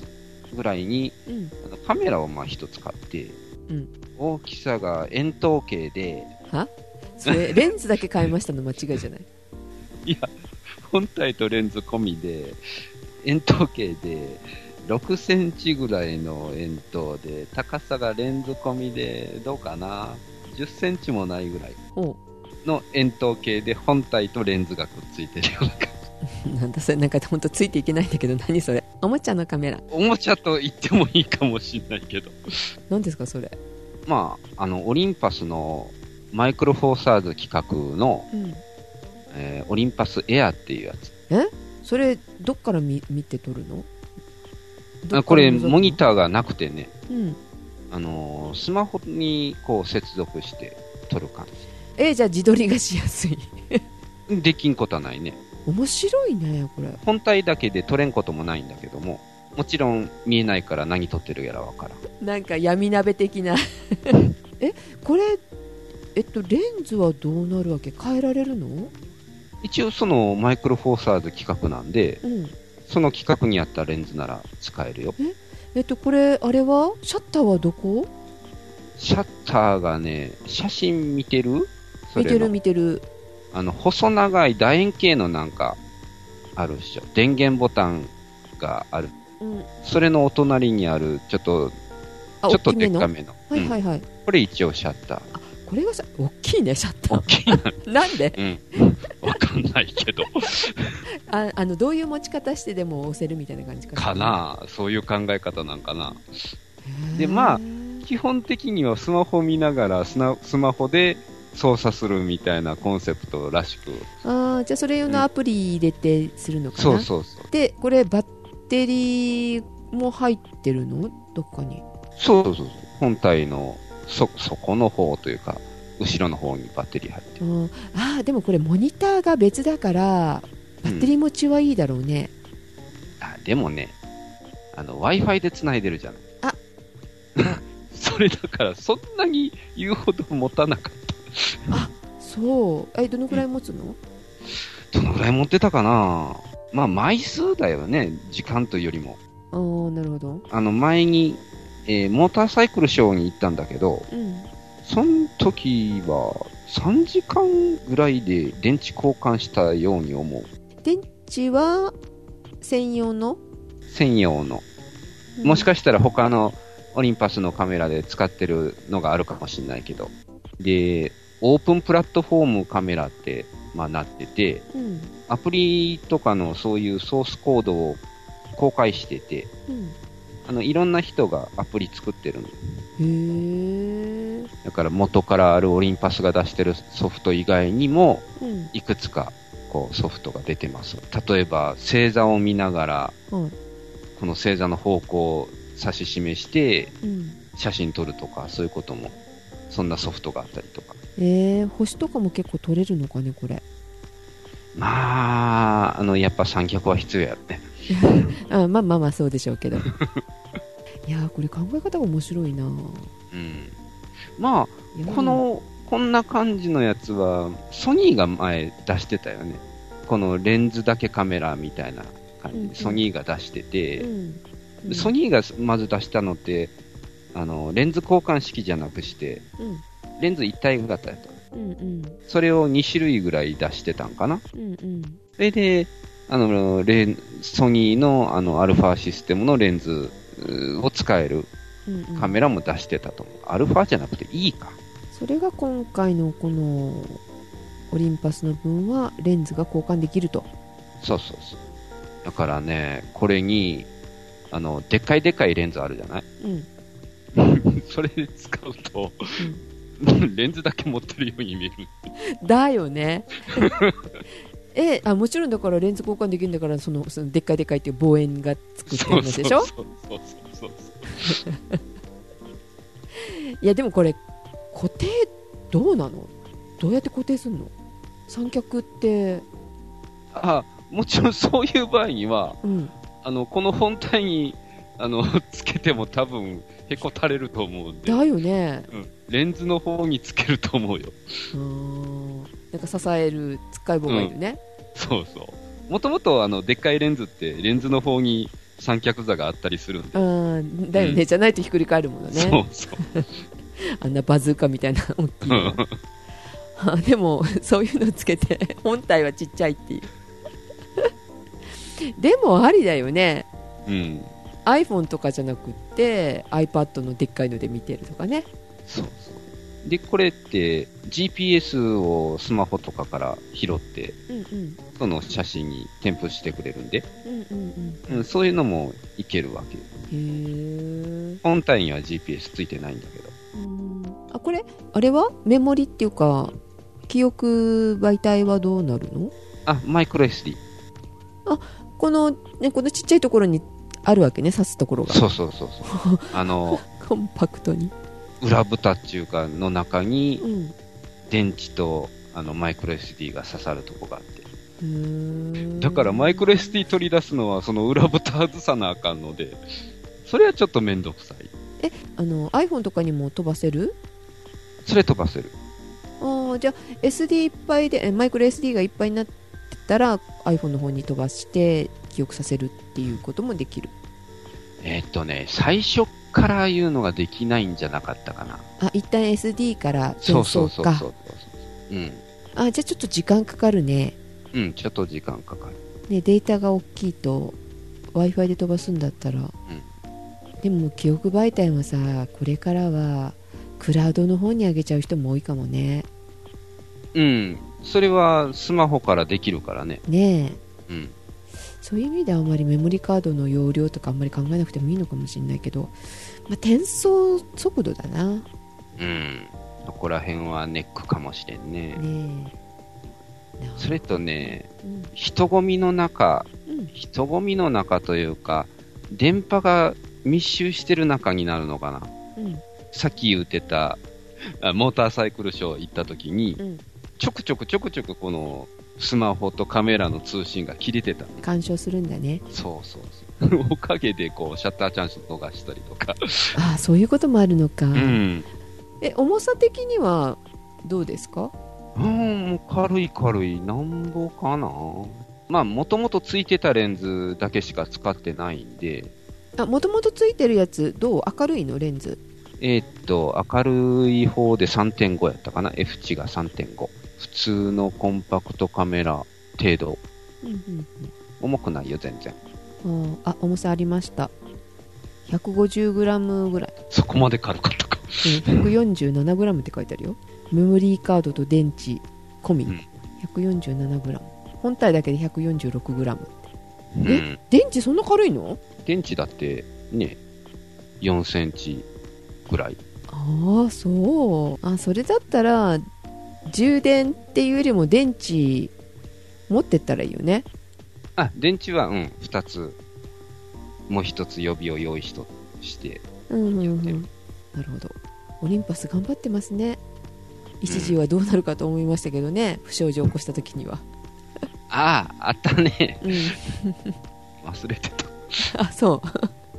Speaker 2: ぐらいに、
Speaker 1: うん
Speaker 2: あのカメラをまあ一つ買って、
Speaker 1: うん
Speaker 2: 大きさが円筒形で、
Speaker 1: それレンズだけ買いましたの間違いじゃない
Speaker 2: 本体とレンズ込みで、円筒形で、6センチぐらいの円筒で、高さがレンズ込みで、どうかな、10センチもないぐらい
Speaker 1: お
Speaker 2: の円筒形で、本体とレンズがくっついてるような感じ。
Speaker 1: <laughs> なんだそれなんか本当ついていけないんだけど何それおもちゃのカメラ
Speaker 2: おもちゃと言ってもいいかもしれないけど。
Speaker 1: 何ですかそれ
Speaker 2: まあ、あの、オリンパスのマイクロフォーサーズ企画の、
Speaker 1: うん
Speaker 2: えーオリンパスエアっていうやつ。
Speaker 1: それどっから見見て撮るのど
Speaker 2: あ
Speaker 1: っ
Speaker 2: こ
Speaker 1: から
Speaker 2: れ、
Speaker 1: 覗くの
Speaker 2: モニターがなくてね、
Speaker 1: うん
Speaker 2: あのースマホにこう接続して撮る感
Speaker 1: えじゃあ自撮りがしやすい <laughs>
Speaker 2: じ。できんことはないね。
Speaker 1: 面白いねこれ
Speaker 2: 本体だけで撮れんこともないんだけども、もちろん見えないから何撮ってるやらわからん。
Speaker 1: なんか闇鍋的な <laughs> えこれえっとレンズはどうなるわけ変えられるの
Speaker 2: 一応そのマイクロフォーサーズ企画なんで、
Speaker 1: うん
Speaker 2: その企画にあったレンズなら使えるよ。
Speaker 1: えっとこれあれはシャッターはどこ
Speaker 2: シャッターがね、写真見てるそ
Speaker 1: 見
Speaker 2: れの
Speaker 1: てる見てる
Speaker 2: あの、細長い楕円形のなんか、あるっしょ。電源ボタンがある。
Speaker 1: うん
Speaker 2: それのお隣にある、ちょっと、ち
Speaker 1: あ
Speaker 2: ょっ
Speaker 1: 大
Speaker 2: と
Speaker 1: きめ
Speaker 2: でっ
Speaker 1: の
Speaker 2: かめの。
Speaker 1: はいは
Speaker 2: うん
Speaker 1: いはい
Speaker 2: これ一応シャッター。
Speaker 1: これがさ大きいねシャッタ
Speaker 2: 大
Speaker 1: ー
Speaker 2: きいな。
Speaker 1: <laughs> なんで
Speaker 2: うん。 <laughs> わかんないけど。
Speaker 1: ああのどういう持ち方してでも押せるみたいな感じか
Speaker 2: かなそういう考え方なんかな。
Speaker 1: へー
Speaker 2: でまあ基本的にはスマホ見ながらスナスマホで操作するみたいなコンセプトらしく。
Speaker 1: あーじゃあそれ用のアプリ入れてするのかな、
Speaker 2: そうそうそう。
Speaker 1: でこれバッテリーも入ってるのどっかに
Speaker 2: そうそうそう。本体のそ、そこの方というか、後ろの方にバッテリー入って
Speaker 1: う
Speaker 2: る。
Speaker 1: んあーでもこれモニターが別だからバッテリー持ちはいいだろうね、
Speaker 2: あでもね、あの、Wi-Fi で繋いでるじゃない。
Speaker 1: あ
Speaker 2: <laughs> それだから、そんなに言うほど持たなかっ
Speaker 1: そうえどのくらい持つの、
Speaker 2: た。どのぐらい持ってたかなまあ、枚数だよね。時間というよりも。
Speaker 1: ああなるほど
Speaker 2: あの、前に、えーモーターサイクルショーに行ったんだけど、
Speaker 1: うん
Speaker 2: その時は、3時間ぐらいで電池交換したように思う。
Speaker 1: 電池は専用の、
Speaker 2: 専用の。もしかしたら他のオリンパスのカメラで使ってるのがあるかもしれないけど。で、オープンプラットフォームカメラって、まあ、なってて、
Speaker 1: てうん
Speaker 2: アプリとかのそういうソースコードを公開してて、あの、いろんな人がアプリ作ってるの。
Speaker 1: うん、へえ
Speaker 2: だから元からあるオリンパスが出してるソフト以外にも、
Speaker 1: うん
Speaker 2: いくつか、こう、ソフトが出てます。例えば、星座を見ながら、
Speaker 1: はい
Speaker 2: この星座の方向を指し示して、
Speaker 1: うん
Speaker 2: 写真撮るとか、そういうことも、そんなソフトがあったりとか。
Speaker 1: えー、星とかも結構取れるのかねこれ
Speaker 2: まあ、あの、やっぱ三脚は必要やろね。
Speaker 1: あまあまあまあそうでしょうけど <laughs> いやーこれ考え方が面白いな
Speaker 2: うん。ま
Speaker 1: いや
Speaker 2: あ、
Speaker 1: ー
Speaker 2: この、こんな感じのやつは、ソニーが前出してたよね。このレンズだけカメラみたいな感
Speaker 1: うん
Speaker 2: じ
Speaker 1: うん
Speaker 2: で、ソニーが出して
Speaker 1: う
Speaker 2: て、
Speaker 1: んうん
Speaker 2: ソニーがまず出したのって、あの、レンズ交換式じゃなくして、
Speaker 1: うん
Speaker 2: レンズ一体型やと。
Speaker 1: うんうん
Speaker 2: それを2種類ぐらい出してたんかな。
Speaker 1: うんうん
Speaker 2: それで、あの、レンソニーのあの、アルファシステムのレンズうーを使える
Speaker 1: うんうん
Speaker 2: カメラも出してたと思う。アルファじゃなくていいか。
Speaker 1: それが今回のこのオリンパスの分はレンズが交換できると
Speaker 2: そうそうそう。だからね、これに、あの、でっかいでっかいレンズあるじゃない
Speaker 1: うん
Speaker 2: <laughs> それで使うと、レンズだけ持ってるように見える。
Speaker 1: だよ
Speaker 2: <laughs>
Speaker 1: ねえあもちろんだからレンズ交換できるんだからそのそのでっかいでっかいっていう望遠がつくって
Speaker 2: そう
Speaker 1: 話
Speaker 2: そう
Speaker 1: でしょ
Speaker 2: そうそうそうそう。
Speaker 1: いやでもこれ固定どうなのどうやって固定するの三脚って、
Speaker 2: あもちろんそういう場合には、
Speaker 1: うん、
Speaker 2: あの、この本体に、あの、つけても多分、へこたれると思うんで、
Speaker 1: だよね
Speaker 2: うん、レンズの方につけると思うよ。
Speaker 1: うーんなんか支えるつっかい棒がいるね、
Speaker 2: そうそう。もともと、あの、でっかいレンズって、レンズの方に三脚座があったりするんで。
Speaker 1: あーだよね、
Speaker 2: うん
Speaker 1: じゃないとひっくり返るものね
Speaker 2: そうそう。
Speaker 1: あんなバズーカみたいな <laughs> 大きい
Speaker 2: うん
Speaker 1: のあでもそういうのつけて <laughs> 本体はちっちゃいっていう <laughs> でもありだよね
Speaker 2: うん。
Speaker 1: iPhone とかじゃなくって iPad のでっかいので見てるとかね
Speaker 2: そうそう。で、これって、GPS をスマホとかから拾って、
Speaker 1: うんうん
Speaker 2: その写真に添付してくれるんで、
Speaker 1: うんうん
Speaker 2: うん、そういうのもいけるわけよ。
Speaker 1: うんへえ
Speaker 2: 本体には GPS ついてないんだけど。
Speaker 1: あこれあれはメモリっていうか記憶媒体はどうなるの
Speaker 2: あ、マイクロ SD。
Speaker 1: このねこのちっちゃいところにあるわけね刺すところが
Speaker 2: そうそうそう <laughs> そう。あの、
Speaker 1: <laughs> コンパクトに
Speaker 2: 裏蓋っていうか、の中に
Speaker 1: うんへ
Speaker 2: 電池とあのマイクロ SD が刺さるとこがあって。
Speaker 1: ー
Speaker 2: だからマイクロ SD 取り出すのは、その裏蓋外さなあかんので、それはちょっとめんどくさい。
Speaker 1: あの iPhone とかにも飛ばせる
Speaker 2: それ飛ばせる。
Speaker 1: あーじゃあ SD いっぱいでえマイクロ SD がいっぱいになってたら iPhone の方に飛ばして記憶させるっていうこともできる
Speaker 2: えーっとね、最初から言うのができないんじゃなかったかな。
Speaker 1: あ一旦 SD から転
Speaker 2: そう
Speaker 1: 送
Speaker 2: そうそうそう
Speaker 1: か
Speaker 2: そううん。
Speaker 1: あじゃあちょっと時間かかるね
Speaker 2: うん、ちょっと時間かかる。
Speaker 1: ねデータが大きいと w i f i で飛ばすんだったら、でも記憶媒体はさこれからはクラウドの方に上げちゃう人も多いかもね
Speaker 2: うん。それはスマホからできるからね。
Speaker 1: ねえ
Speaker 2: うん。
Speaker 1: そういう意味ではあんまりメモリカードの容量とかあんまり考えなくてもいいのかもしれないけど、まあ、転送速度だな
Speaker 2: うん。そこら辺はネックかもしれんね。
Speaker 1: ねえなあ
Speaker 2: それとね、
Speaker 1: うん
Speaker 2: 人混みの中、
Speaker 1: うん
Speaker 2: 人混みの中というか、電波が密集してる中になるのかな。
Speaker 1: うん
Speaker 2: さっき言ってた、あモーターサイクルショー行った時に、
Speaker 1: うん
Speaker 2: ちょくちょくちょくちょくこの、スマホとカメラの通信が切れてた。
Speaker 1: 干渉するんだね
Speaker 2: そうそうそう。 <laughs> おかげでこう、シャッターチャンス逃したりとか。
Speaker 1: ああそういうこともあるのか、
Speaker 2: うん。
Speaker 1: え重さ的にはどうですか
Speaker 2: うん、もう軽い軽い。なんぼかな。まあ、もともとついてたレンズだけしか使ってないんで、
Speaker 1: あもともとついてるやつどう明るいのレンズ
Speaker 2: えーっと、明るい方で3.5やったかな ?F 値が3.5。普通のコンパクトカメラ程度。
Speaker 1: うん
Speaker 2: 重くないよ、全然。
Speaker 1: うんあ重さありました 150g ぐらい、
Speaker 2: そこまで軽かったか。
Speaker 1: うん、147g って書いてあるよメモリーカードと電池込み、
Speaker 2: うん
Speaker 1: 147g 本体だけで 146g
Speaker 2: う
Speaker 1: え
Speaker 2: ん。
Speaker 1: 電池そんな軽いの
Speaker 2: 電池だって、ね、4センチぐらい。
Speaker 1: ああそうあそれだったら充電っていうよりも電池持ってったらいいよね
Speaker 2: あ、電池は、うん、2つ。もう1つ予備を用意しとして。
Speaker 1: うんうん、う
Speaker 2: やってる
Speaker 1: ん、なるほどオリンパス頑張ってますね一時はどうなるかと思いましたけどね不祥事を起こした時には、
Speaker 2: ああ、あったね。 <laughs>
Speaker 1: うん、
Speaker 2: 忘れてた。
Speaker 1: あそう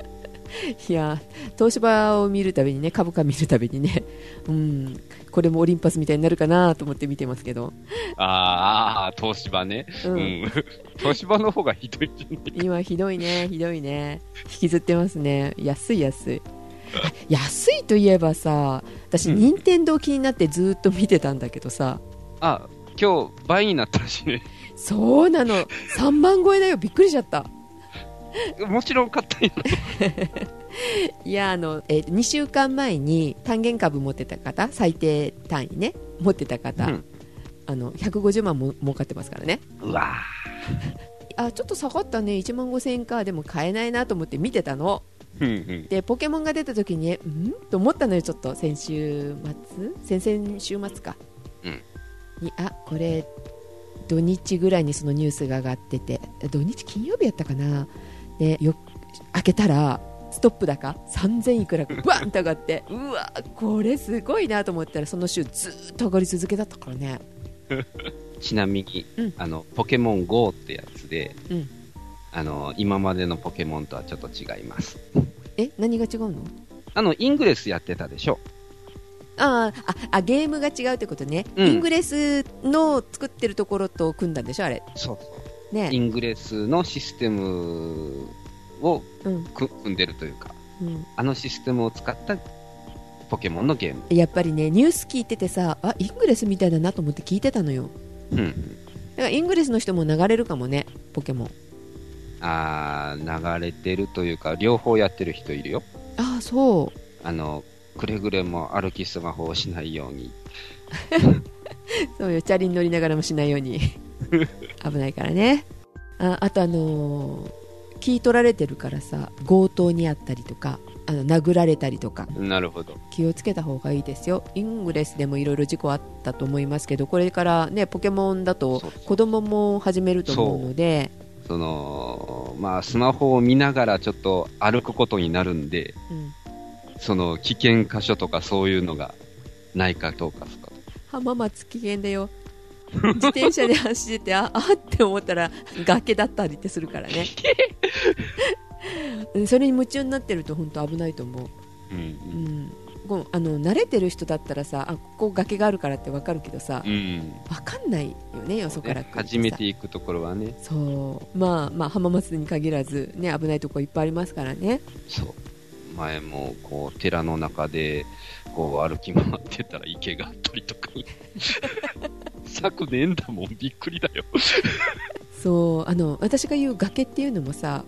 Speaker 1: <laughs> いや東芝を見るたびにね株価見るたびにね、うん、これもオリンパスみたいになるかなと思って見てますけど、
Speaker 2: ああ、東芝ね。
Speaker 1: う
Speaker 2: うんん。 <laughs> 東芝の方がひどいじゃない
Speaker 1: 今ひどいねひどいね引きずってますね安い安い <laughs> あ安いといえばさ私
Speaker 2: うん
Speaker 1: 任天堂気になってずーっと見てたんだけどさ
Speaker 2: あ、今日倍になったらしいね。 <laughs>
Speaker 1: そうなの3万超えだよびっくりしちゃった
Speaker 2: もちろん買ったんや。
Speaker 1: いやあの、えー2週間前に単元株持ってた方最低単位ね持ってた方、
Speaker 2: うん
Speaker 1: あの150万も儲かってますからね
Speaker 2: うわ
Speaker 1: あちょっと下がったね1万5000円かでも買えないなと思って見てたの
Speaker 2: うんうん。
Speaker 1: でポケモンが出た時にえうんと思ったのよちょっと先週末先々週末か、
Speaker 2: うん
Speaker 1: にあこれ土日ぐらいにそのニュースが上がってて土日金曜日やったかなでよ開けたらストップ高3000いくらかバンと上がってうわこれすごいなと思ったらその週ずーっと上がり続けだったからね
Speaker 2: ちなみに、
Speaker 1: うん
Speaker 2: あの、ポケモン GO ってやつで、
Speaker 1: うん
Speaker 2: あの、今までのポケモンとはちょっと違います。
Speaker 1: え何が違うの
Speaker 2: あの、イングレスやってたでしょ
Speaker 1: あーああゲームが違うってことね、
Speaker 2: うん
Speaker 1: イングレスの作ってるところと組んだんでしょあれ
Speaker 2: そうイ
Speaker 1: ね
Speaker 2: ングレスのシステムを
Speaker 1: うん
Speaker 2: く組んでるというか、
Speaker 1: うん、
Speaker 2: あのシステムを使ったポケモンのゲーム。
Speaker 1: やっぱりねニュース聞いててさあイングレスみたいだなと思って聞いてたのよ
Speaker 2: うん。
Speaker 1: だからイングレスの人も流れるかもねポケモン
Speaker 2: あー、流れてるというか、両方やってる人いるよ。
Speaker 1: ああそう
Speaker 2: あの、くれぐれも歩きスマホをしないように。
Speaker 1: そうよ、チャリに乗りながらもしないよう
Speaker 2: <laughs>
Speaker 1: に。危ないからね。ああとあのー、聞い取られてるからさ、強盗にあったりとか、あの殴られたりとか、
Speaker 2: なるほど。
Speaker 1: 気をつけた方がいいですよ。イングレスでもいろいろ事故あったと思いますけど、これからね、ポケモンだと
Speaker 2: そう
Speaker 1: 子供も始めると思うので、
Speaker 2: その、まあ、スマホを見ながらちょっと歩くことになるんで、
Speaker 1: うん
Speaker 2: その、危険箇所とかそういうのがないかどうかとか。
Speaker 1: 浜松危険だよ。自転車で走ってて、あ、あ <laughs> って思ったら崖だったりってするから
Speaker 2: <laughs>
Speaker 1: ね。うんそれに夢中になってると本当危ないと思う。
Speaker 2: うん
Speaker 1: うん、こうあの慣れてる人だったらさあここ崖があるからってわかるけどさ
Speaker 2: うん。うん。
Speaker 1: わかんないよねよそから来るとさ
Speaker 2: 初めて行くところはね、
Speaker 1: そうまあまあ浜松に限らずね危ないとこいっぱいありますからね
Speaker 2: そう。前も、こう、寺の中で、こう、歩き回ってたら池があったりとか。昨年だもん、びっくりだよ。
Speaker 1: そうあの私が言う崖っていうのもさ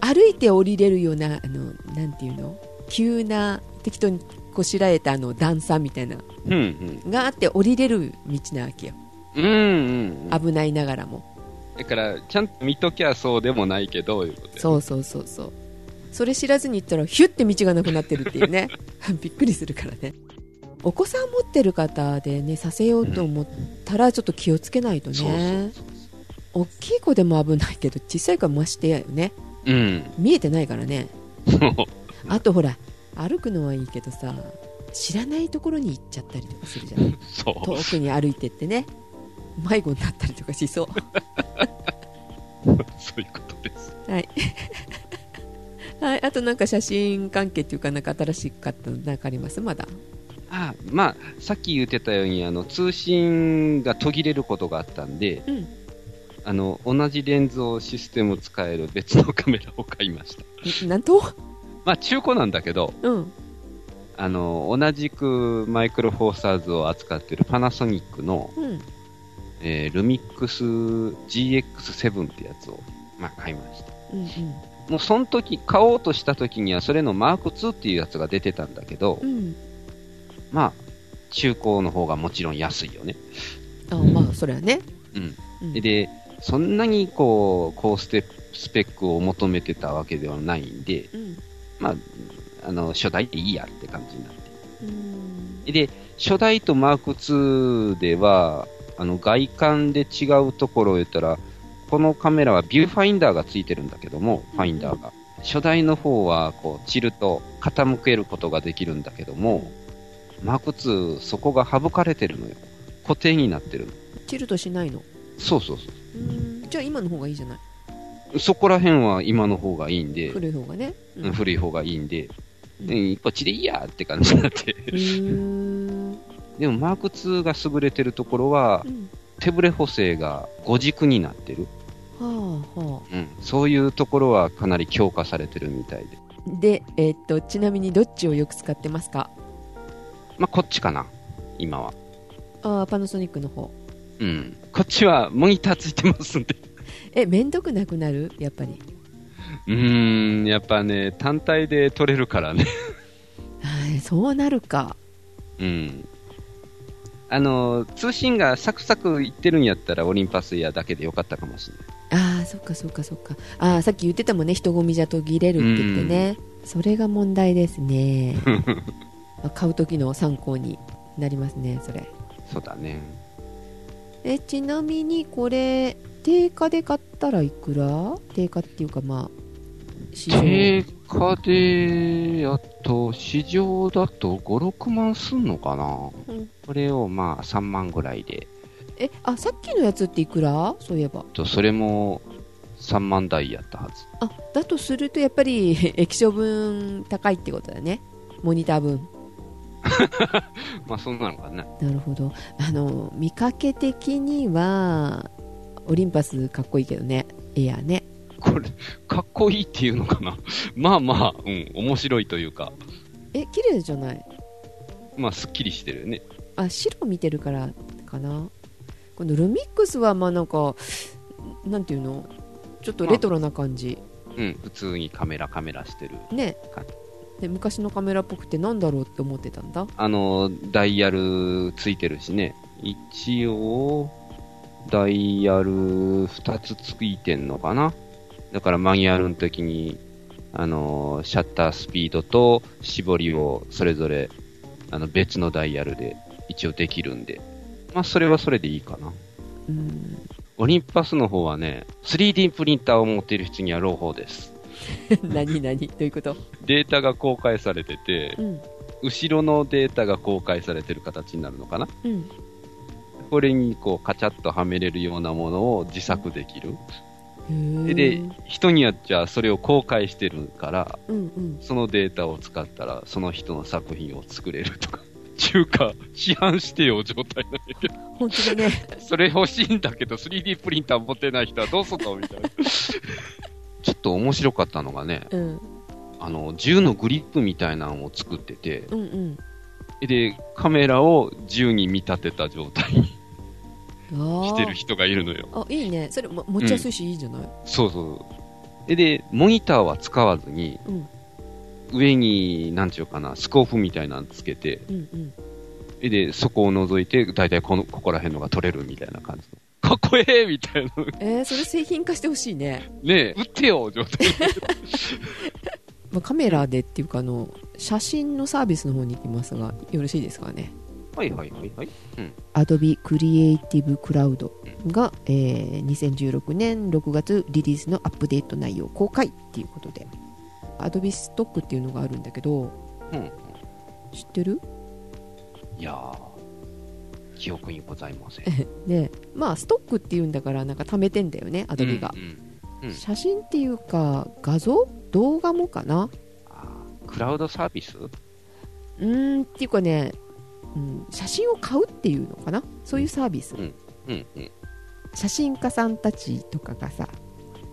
Speaker 1: 歩いて降りれるようなあのなんていうの急な適当にこしらえたあの段差みたいな
Speaker 2: うんうん。
Speaker 1: があって降りれる道なわけよ
Speaker 2: うんうん、うん。
Speaker 1: 危ないながらも
Speaker 2: だから、ちゃんと見ときゃそうでもないけど、いうこと。
Speaker 1: そううそうそうそうそれ知らずに行ったらヒュッて道がなくなってるっていうね <laughs> びっくりするからねお子さん持ってる方でねさせようと思ったらちょっと気をつけないとね、
Speaker 2: そうそうそう
Speaker 1: 大きい子でも危ないけど小さい子は増してやよね
Speaker 2: そう。うん。
Speaker 1: 見えてないからね
Speaker 2: そう。
Speaker 1: あとほら歩くのはいいけどさ知らないところに行っちゃったりとかするじゃ
Speaker 2: <laughs>
Speaker 1: ん
Speaker 2: そう。
Speaker 1: 遠くに歩いてってね迷子になったりとかしそう
Speaker 2: <laughs> そういうことです。
Speaker 1: はいあとなんか写真関係っていうかなんか新しかったのなんかありますまだ
Speaker 2: あまあ、さっき言ってたように、あの、通信が途切れることがあったんで、
Speaker 1: うん
Speaker 2: あの、同じレンズをシステム使える別のカメラを買いました。
Speaker 1: んなんと
Speaker 2: まあ、中古なんだけど、
Speaker 1: うん
Speaker 2: あの、同じくマイクロフォーサーズを扱ってるパナソニックの、
Speaker 1: うん
Speaker 2: えールミックス GX7 ってやつを、まあ、買いました。
Speaker 1: うんうん
Speaker 2: もう、その時、買おうとした時には、それのマーク2っていうやつが出てたんだけど、
Speaker 1: うん、
Speaker 2: まあ、中古の方がもちろん安いよね。
Speaker 1: あまあそれはね、
Speaker 2: うん
Speaker 1: うん
Speaker 2: で、そんなにこう、高ステスペックを求めてたわけではないんで、
Speaker 1: うん
Speaker 2: まあ、あの、初代でいいやって感じになっ
Speaker 1: うん
Speaker 2: て。で、初代とマーク2では、あの、外観で違うところを言ったら、このカメラはビューファインダーがついてるんだけども、
Speaker 1: うん
Speaker 2: ファインダーが。初代の方は、こう、チルト、傾けることができるんだけども、マーク2、そこが省かれてるのよ。固定になってるの。
Speaker 1: チルトしないの
Speaker 2: そうそうそう。
Speaker 1: うんじゃあ今の方がいいじゃない
Speaker 2: そこら辺は今の方がいいんで、
Speaker 1: 古い方がね
Speaker 2: うん古い方がいいんで、
Speaker 1: うん
Speaker 2: うんこっちでいいやって感じになって。 <laughs>
Speaker 1: うんう
Speaker 2: でもマーク2が優れてるところは
Speaker 1: ー、ん
Speaker 2: 手ブレ補正が5軸になってる。
Speaker 1: うんはあは
Speaker 2: うん。そういうところはかなり強化されてるみたいで。
Speaker 1: あでえっとちなみにどっちをよく使ってますか
Speaker 2: まあ、こっちかな。今は。
Speaker 1: あーパナソニックの方
Speaker 2: うん。こっちはモニターついてますんで。
Speaker 1: え面倒くなくなるやっぱり
Speaker 2: うーん。やっぱね、単体で撮れるからね。
Speaker 1: はいそうなるか
Speaker 2: うん。あの、通信がサクサクいってるんやったらオリンパスエアだけでよかったかもしれない。
Speaker 1: ああそっかそっかそっかああさっき言ってたもんね人混みじゃ途切れるって言ってねそれが問題ですね <laughs> まあ買う時の参考になりますねそれ
Speaker 2: そうだね。
Speaker 1: えちなみにこれ定価で買ったらいくら定価っていうかまあ市場。
Speaker 2: 定価で、やっと、市場だと5、6万すんのかな、
Speaker 1: うん
Speaker 2: これをまあ3万ぐらいで、
Speaker 1: え、あ、さっきのやつっていくらそういえば。
Speaker 2: とそれも3万台やったはず。
Speaker 1: あ、だとするとやっぱり <laughs> 液晶分高いってことだね。モニター分。
Speaker 2: まあそんなのかね。
Speaker 1: なるほど。あの、見かけ的には、オリンパスかっこいいけどね。エアーね。
Speaker 2: これ、かっこいいっていうのかな。 <laughs> まあまあ、うん、面白いというか、
Speaker 1: え、綺麗じゃない
Speaker 2: まあすっきりしてるよね。
Speaker 1: あ白見てるからかなこのルミックスはまあなんかなんていうのちょっとレトロな感じ、
Speaker 2: うん、普通にカメラカメラしてる。
Speaker 1: ね
Speaker 2: は
Speaker 1: で昔のカメラっぽくてなんだろうって思ってたんだ
Speaker 2: あの、ダイヤルついてるしね。一応、ダイヤル2つついてんのかな。だからマニュアルの時に、あの、シャッタースピードと絞りをそれぞれ、あの、別のダイヤルで一応できるんで。まあ、それはそれでいいかな。
Speaker 1: うん <laughs>
Speaker 2: オリンパスの方はね、3D プリンターを持っている人には朗報です。
Speaker 1: 何何どういうこと
Speaker 2: データが公開されてて
Speaker 1: う、ん
Speaker 2: 後ろのデータが公開されてる形になるのかな。
Speaker 1: うん
Speaker 2: これにこうカチャッとはめれるようなものを自作できる。
Speaker 1: へえ
Speaker 2: で、人によっちゃそれを公開してるから、
Speaker 1: うんうん
Speaker 2: そのデータを使ったらその人の作品を作れるとか。 <laughs> 中華市販してよ状態なんやけど、
Speaker 1: 本当だね
Speaker 2: それ欲しいんだけど 3D プリンター持ってない人はどうすんのみたいな。ちょっと面白かったのがね、
Speaker 1: うん
Speaker 2: あの、銃のグリップみたいなのを作ってて、
Speaker 1: うんうん
Speaker 2: で、カメラを銃に見立てた状態に
Speaker 1: ああ
Speaker 2: してる人がいるのよ。
Speaker 1: あいいねそれも持ちやすいしいいじゃない、
Speaker 2: そうそう。で、で、モニターは使わずに、
Speaker 1: うん
Speaker 2: 上に、なんちゅうかな、スコープみたいなのつけて、
Speaker 1: うん、うん
Speaker 2: でで、そこを覗いて、だいたいこの、ここら辺のが撮れるみたいな感じの。かっこええみたいな。
Speaker 1: えー、それ製品化してほしいね、
Speaker 2: ねえ、撃ってよ状態。
Speaker 1: まあ、カメラでっていうかあの写真のサービスの方に行きますがよろしいですかね
Speaker 2: はいはいはいはい。
Speaker 1: Adobe Creative Cloud が、えー2016年6月リリースのアップデート内容公開っていうことで Adobe Stock っていうのがあるんだけど
Speaker 2: うん。
Speaker 1: 知ってる <laughs>
Speaker 2: いやー、記憶にございません。
Speaker 1: ねまあストックっていうんだからなんか貯めてんだよね Adobe が
Speaker 2: う、んうんうん
Speaker 1: 写真っていうか画像動画もかな
Speaker 2: あークラウドサービス
Speaker 1: うーんっていうかね、うん、写真を買うっていうのかなそういうサービス、
Speaker 2: んうんうん。
Speaker 1: 写真家さんたちとかがさ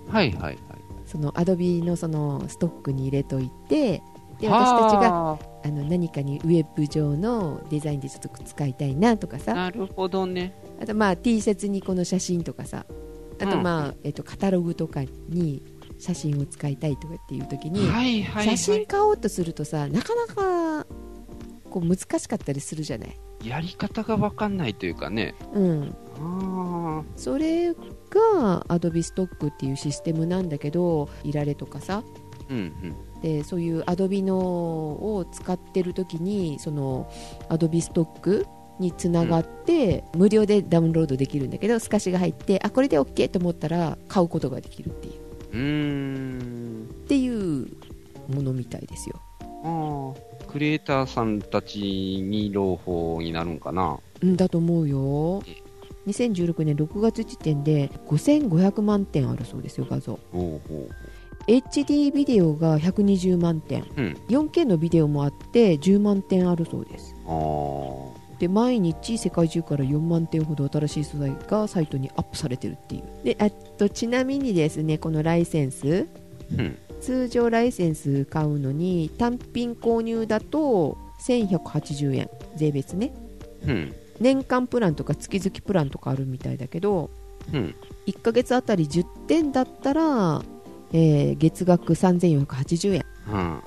Speaker 2: はいはいはい。
Speaker 1: その Adobe のそのストックに入れといてで私たちが
Speaker 2: が。
Speaker 1: あの何かにウェブ上のデザインでちょっと使いたいなとかさ
Speaker 2: なるほどね。
Speaker 1: あとまあ T シャツにこの写真とかさあとまあ、えっと、カタログとかに写真を使いたいとかっていう時に、
Speaker 2: はいはいは
Speaker 1: 写
Speaker 2: い。
Speaker 1: 真買おうとするとさなかなかこう難しかったりするじゃない。
Speaker 2: やり方が分かんないというかね、
Speaker 1: うん、
Speaker 2: あ
Speaker 1: それが Adobe Stock っていうシステムなんだけどいられとかさ
Speaker 2: うんうん、
Speaker 1: でそういう Adobe のを使ってる時にその Adobe ストックにつながって、無料でダウンロードできるんだけど透かしが入ってあこれで OK と思ったら買うことができるっていう
Speaker 2: うーん、
Speaker 1: っていうものみたいですよ
Speaker 2: ああ、クリエイターさんたちに朗報になるんかな、
Speaker 1: うんだと思うよ2016年6月時点で5500万点あるそうですよ画像
Speaker 2: おうおう
Speaker 1: HD ビデオが120万点
Speaker 2: うん、
Speaker 1: 4K のビデオもあって10万点あるそうです
Speaker 2: あ
Speaker 1: で毎日世界中から4万点ほど新しい素材がサイトにアップされてるっていうであとちなみにですねこのライセンス
Speaker 2: あ、うん、
Speaker 1: 通常ライセンス買うのに単品購入だと1180円税別ね
Speaker 2: うん、
Speaker 1: 年間プランとか月々プランとかあるみたいだけど
Speaker 2: うん、
Speaker 1: 1ヶ月あたり10点だったら、えー月額3480円
Speaker 2: うん、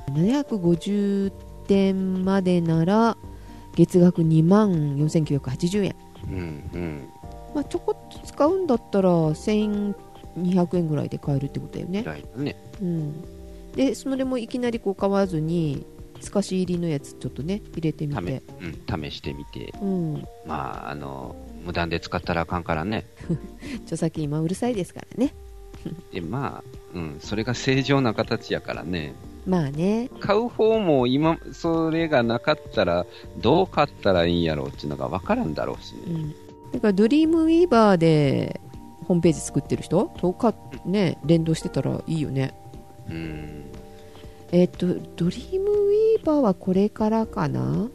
Speaker 1: 750点までなら月額2万4980円
Speaker 2: うん、うん、
Speaker 1: まあ、ちょこっと使うんだったら1200円ぐらいで買えるってことだよね、
Speaker 2: だいぶね、
Speaker 1: うん、でそれもいきなりこう買わずに透かし入りのやつちょっとね入れてみ
Speaker 2: ため
Speaker 1: て、
Speaker 2: うん、試してみて、
Speaker 1: うん、
Speaker 2: まあ、あの、無断で使ったらあかんからね、
Speaker 1: 著作権今うるさいですからね
Speaker 2: で、まあ、うん、それが正常な形やからね。
Speaker 1: まあね
Speaker 2: 買う方も今、それがなかったら、どう買ったらいいんやろうっていうのが分からんだろうし
Speaker 1: う
Speaker 2: ね。
Speaker 1: んだからドリームウィーバーでホームページ作ってる人とかね連動してたらいいよね
Speaker 2: うん。
Speaker 1: えっとドリームウィーバーはこれからかな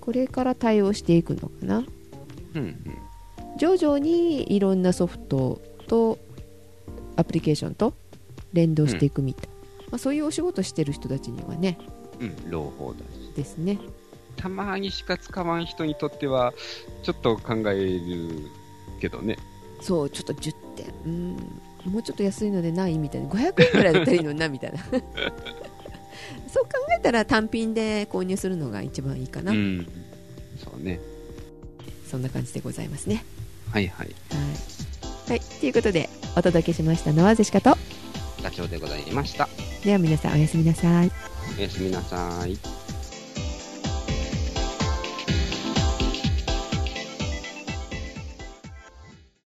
Speaker 1: これから対応していくのかな
Speaker 2: うん、うん。
Speaker 1: 徐々にいろんなソフトとアプリケーションと連動していくみたい、まあ、そういうお仕事してる人たちにはね
Speaker 2: うん、朗報だし。
Speaker 1: ですね
Speaker 2: たまにしか使わん人にとっては、ちょっと考えるけどね。
Speaker 1: そうちょっと10点うんもうちょっと安いのでないみたいな500円ぐらいだったらいいのになみた
Speaker 2: <laughs>
Speaker 1: いなそう考えたら単品で購入するのが一番いいかな、
Speaker 2: うん。そうね。
Speaker 1: そんな感じでございますね
Speaker 2: はいはい。
Speaker 1: はい、はい、ということでお届けしましたのはジェシカと
Speaker 2: ダチョウでございました。
Speaker 1: では皆さんおやすみなさい
Speaker 2: おやすみなさい。